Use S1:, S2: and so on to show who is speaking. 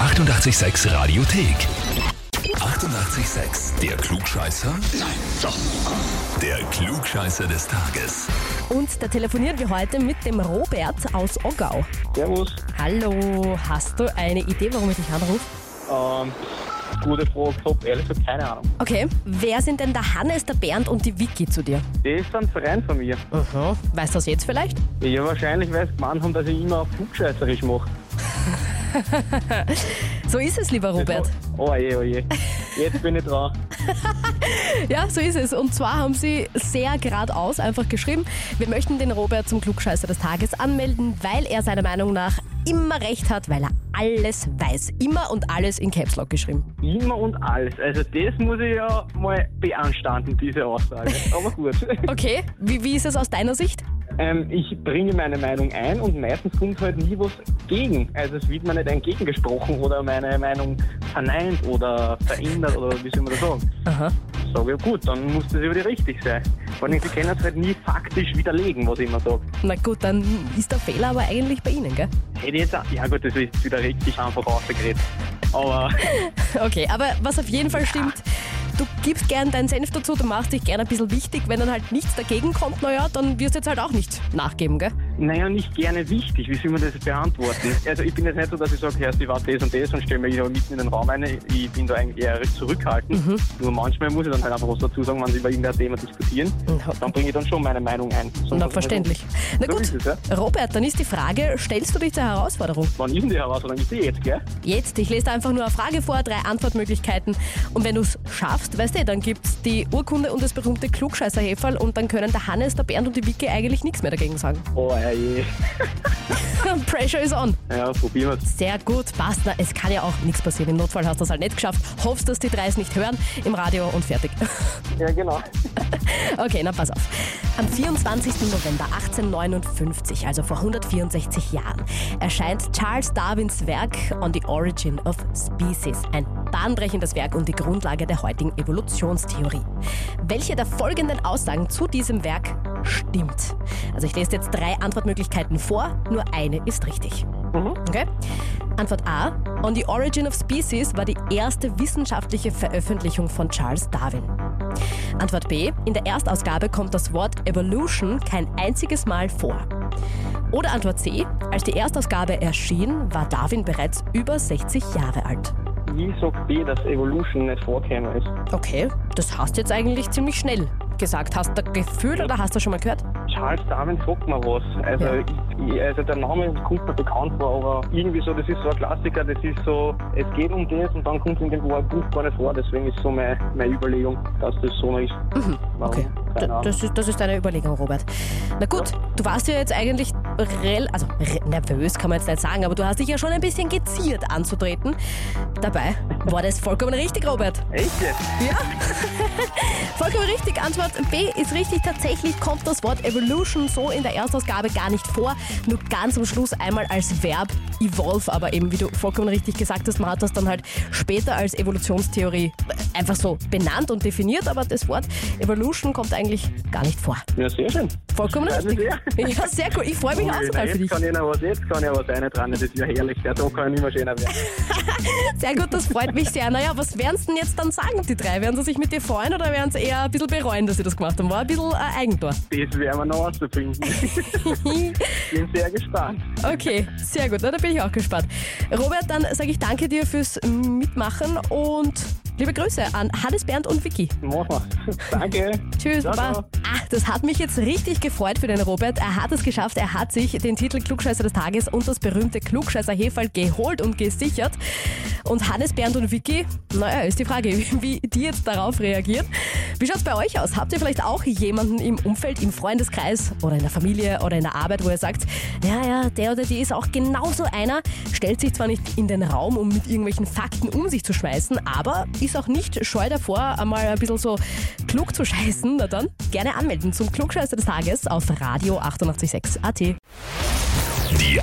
S1: 886 Radiothek. 88,6. Der Klugscheißer? Nein, doch. Der Klugscheißer des Tages.
S2: Und da telefonieren wir heute mit dem Robert aus Ogau.
S3: Servus.
S2: Hallo, hast du eine Idee, warum ich dich anrufe?
S3: Ähm, gute Frage, ich hab ehrlich gesagt keine Ahnung.
S2: Okay, wer sind denn der Hannes, der Bernd und die Vicky zu dir?
S3: Das ist ein Verein von mir.
S2: Aha. Weißt du das jetzt vielleicht?
S3: Ja, wahrscheinlich, weil sie gemeint haben, dass ich immer auf klugscheißerisch mache.
S2: So ist es, lieber Robert.
S3: Oh je, oh je. Jetzt bin ich dran.
S2: Ja, so ist es. Und zwar haben sie sehr geradeaus einfach geschrieben, wir möchten den Robert zum Klugscheißer des Tages anmelden, weil er seiner Meinung nach immer recht hat, weil er alles weiß. Immer und alles in Caps Lock geschrieben.
S3: Immer und alles. Also das muss ich ja mal beanstanden, diese Aussage. Aber gut.
S2: Okay, wie, wie ist es aus deiner Sicht?
S3: ähm, ich bringe meine Meinung ein und meistens kommt halt nie was gegen. Also es wird mir nicht entgegengesprochen oder meine Meinung verneint oder verändert oder wie soll man das sagen.
S2: Aha.
S3: Sag ich, gut, dann muss das über die richtig sein. Vor allem, sie können es halt nie faktisch widerlegen, was ich immer sage.
S2: Na gut, dann ist der Fehler aber eigentlich bei Ihnen, gell?
S3: Hätte ich jetzt auch, ja gut, das ist wieder richtig einfach rausgeredet. Aber
S2: Okay, aber was auf jeden Fall stimmt, du gibst gern deinen Senf dazu, du machst dich gern ein bisschen wichtig. Wenn dann halt nichts dagegen kommt, naja, dann wirst du jetzt halt auch nicht nachgeben, gell?
S3: naja, nicht gerne wichtig. Wie soll man das beantworten? Also ich bin jetzt nicht so, dass ich sage, Herr, ich war das und das und stelle mich da mitten in den Raum ein. Ich bin da eigentlich eher recht zurückhaltend.
S2: Mhm.
S3: Nur manchmal muss ich dann halt einfach was dazu sagen, wenn sie über irgendein Thema diskutieren.
S2: Ja.
S3: Dann bringe ich dann schon meine Meinung ein. Sonst
S2: Na,
S3: muss ich
S2: verständlich. Na
S3: So
S2: gut,
S3: ist es, ja.
S2: Robert, dann ist die Frage, stellst du dich der Herausforderung?
S3: Wann ist denn die Herausforderung? Ich sehe jetzt, gell?
S2: Jetzt, ich lese da einfach nur eine Frage vor, drei Antwortmöglichkeiten. Und wenn du es schaffst, weißt du, dann gibt's die Urkunde und das berühmte Klugscheißerheferl und dann können der Hannes, der Bernd und die Vicky eigentlich nichts mehr dagegen sagen.
S3: Oh, herrje.
S2: Pressure is on.
S3: Ja, probieren wir
S2: Sehr gut, passt. Na, es kann ja auch nichts passieren. Im Notfall hast du es halt nicht geschafft. Hoffst, dass die drei es nicht hören im Radio und fertig.
S3: Ja, genau.
S2: Okay, na pass auf. Am 24. November 1859, also vor 164 Jahren, erscheint Charles Darwins Werk On the Origin of Species, ein bahnbrechendes Werk und die Grundlage der heutigen Evolutionstheorie. Welche der folgenden Aussagen zu diesem Werk stimmt? Also ich lese jetzt drei Antwortmöglichkeiten vor, nur eine ist richtig. Okay? Antwort A. On the Origin of Species war die erste wissenschaftliche Veröffentlichung von Charles Darwin. Antwort B. In der Erstausgabe kommt das Wort Evolution kein einziges Mal vor. Oder Antwort C. Als die Erstausgabe erschien, war Darwin bereits über 60 Jahre alt.
S3: Ich sag B, dass Evolution nicht vorkäme ist.
S2: Okay, das hast du jetzt eigentlich ziemlich schnell gesagt. Hast du Gefühl oder hast du schon mal gehört?
S3: Charles Darwin sagt mir was. Also,
S2: Ja.
S3: ich, ich- also der Name kommt mir bekannt vor, aber irgendwie so, das ist so ein Klassiker, das ist so, es geht um das und dann kommt es in dem Wort- Buch gar nicht vor, deswegen ist so meine, meine Überlegung, dass das so ist. Warum?
S2: Mhm. Okay,
S3: Keine
S2: da-
S3: Ahnung.
S2: das ist, das ist deine Überlegung, Robert. Na gut, du warst ja jetzt eigentlich rel also re nervös, kann man jetzt nicht sagen, aber du hast dich ja schon ein bisschen geziert anzutreten. Dabei war das vollkommen richtig, Robert.
S3: Echt jetzt?
S2: Ja. Vollkommen richtig. Antwort B ist richtig. Tatsächlich kommt das Wort Evolution so in der Erstausgabe gar nicht vor. Nur ganz am Schluss einmal als Verb evolve. Aber eben, wie du vollkommen richtig gesagt hast, man hat das dann halt später als Evolutionstheorie einfach so benannt und definiert. Aber das Wort Evolution kommt eigentlich gar nicht vor.
S3: Ja, sehr schön.
S2: Vollkommen
S3: Das
S2: richtig.
S3: freut
S2: Ja, sehr cool. Ich freue mich auch total für
S3: Oh jetzt
S2: dich.
S3: kann ich noch was, jetzt kann ich was rein dran, das ist ja herrlich, der Tag kann immer schöner werden.
S2: Sehr gut, das freut mich sehr. Naja, was werden sie denn jetzt dann sagen, die drei? Werden sie sich mit dir freuen oder werden sie eher ein bisschen bereuen, dass sie das gemacht haben? War ein bisschen ein Eigentor.
S3: Das werden wir noch auszufinden. Bin sehr gespannt.
S2: Okay, sehr gut. Na, da bin ich auch gespannt. Robert, dann sage ich danke dir fürs Mitmachen und liebe Grüße an Hannes Bernd und Vicky.
S3: Machen wir. Danke.
S2: Tschüss,
S3: Ciao,
S2: Baba.
S3: ciao.
S2: Ah, das hat mich jetzt richtig gefreut für den Robert. Er hat es geschafft. Er hat sich den Titel Klugscheißer des Tages und das berühmte Klugscheißer Hefal geholt und gesichert. Und Hannes, Bernd und Vicky, naja, ist die Frage, wie die jetzt darauf reagieren. Wie schaut's bei euch aus? Habt ihr vielleicht auch jemanden im Umfeld, im Freundeskreis oder in der Familie oder in der Arbeit, wo ihr sagt, ja, ja, der oder die ist auch genauso einer, stellt sich zwar nicht in den Raum, um mit irgendwelchen Fakten um sich zu schmeißen, aber ist auch nicht scheu davor, einmal ein bisschen so klug zu scheißen. Na dann, gerne anmelden zum Klugscheißer des Tages auf Radio 886 AT.
S1: Die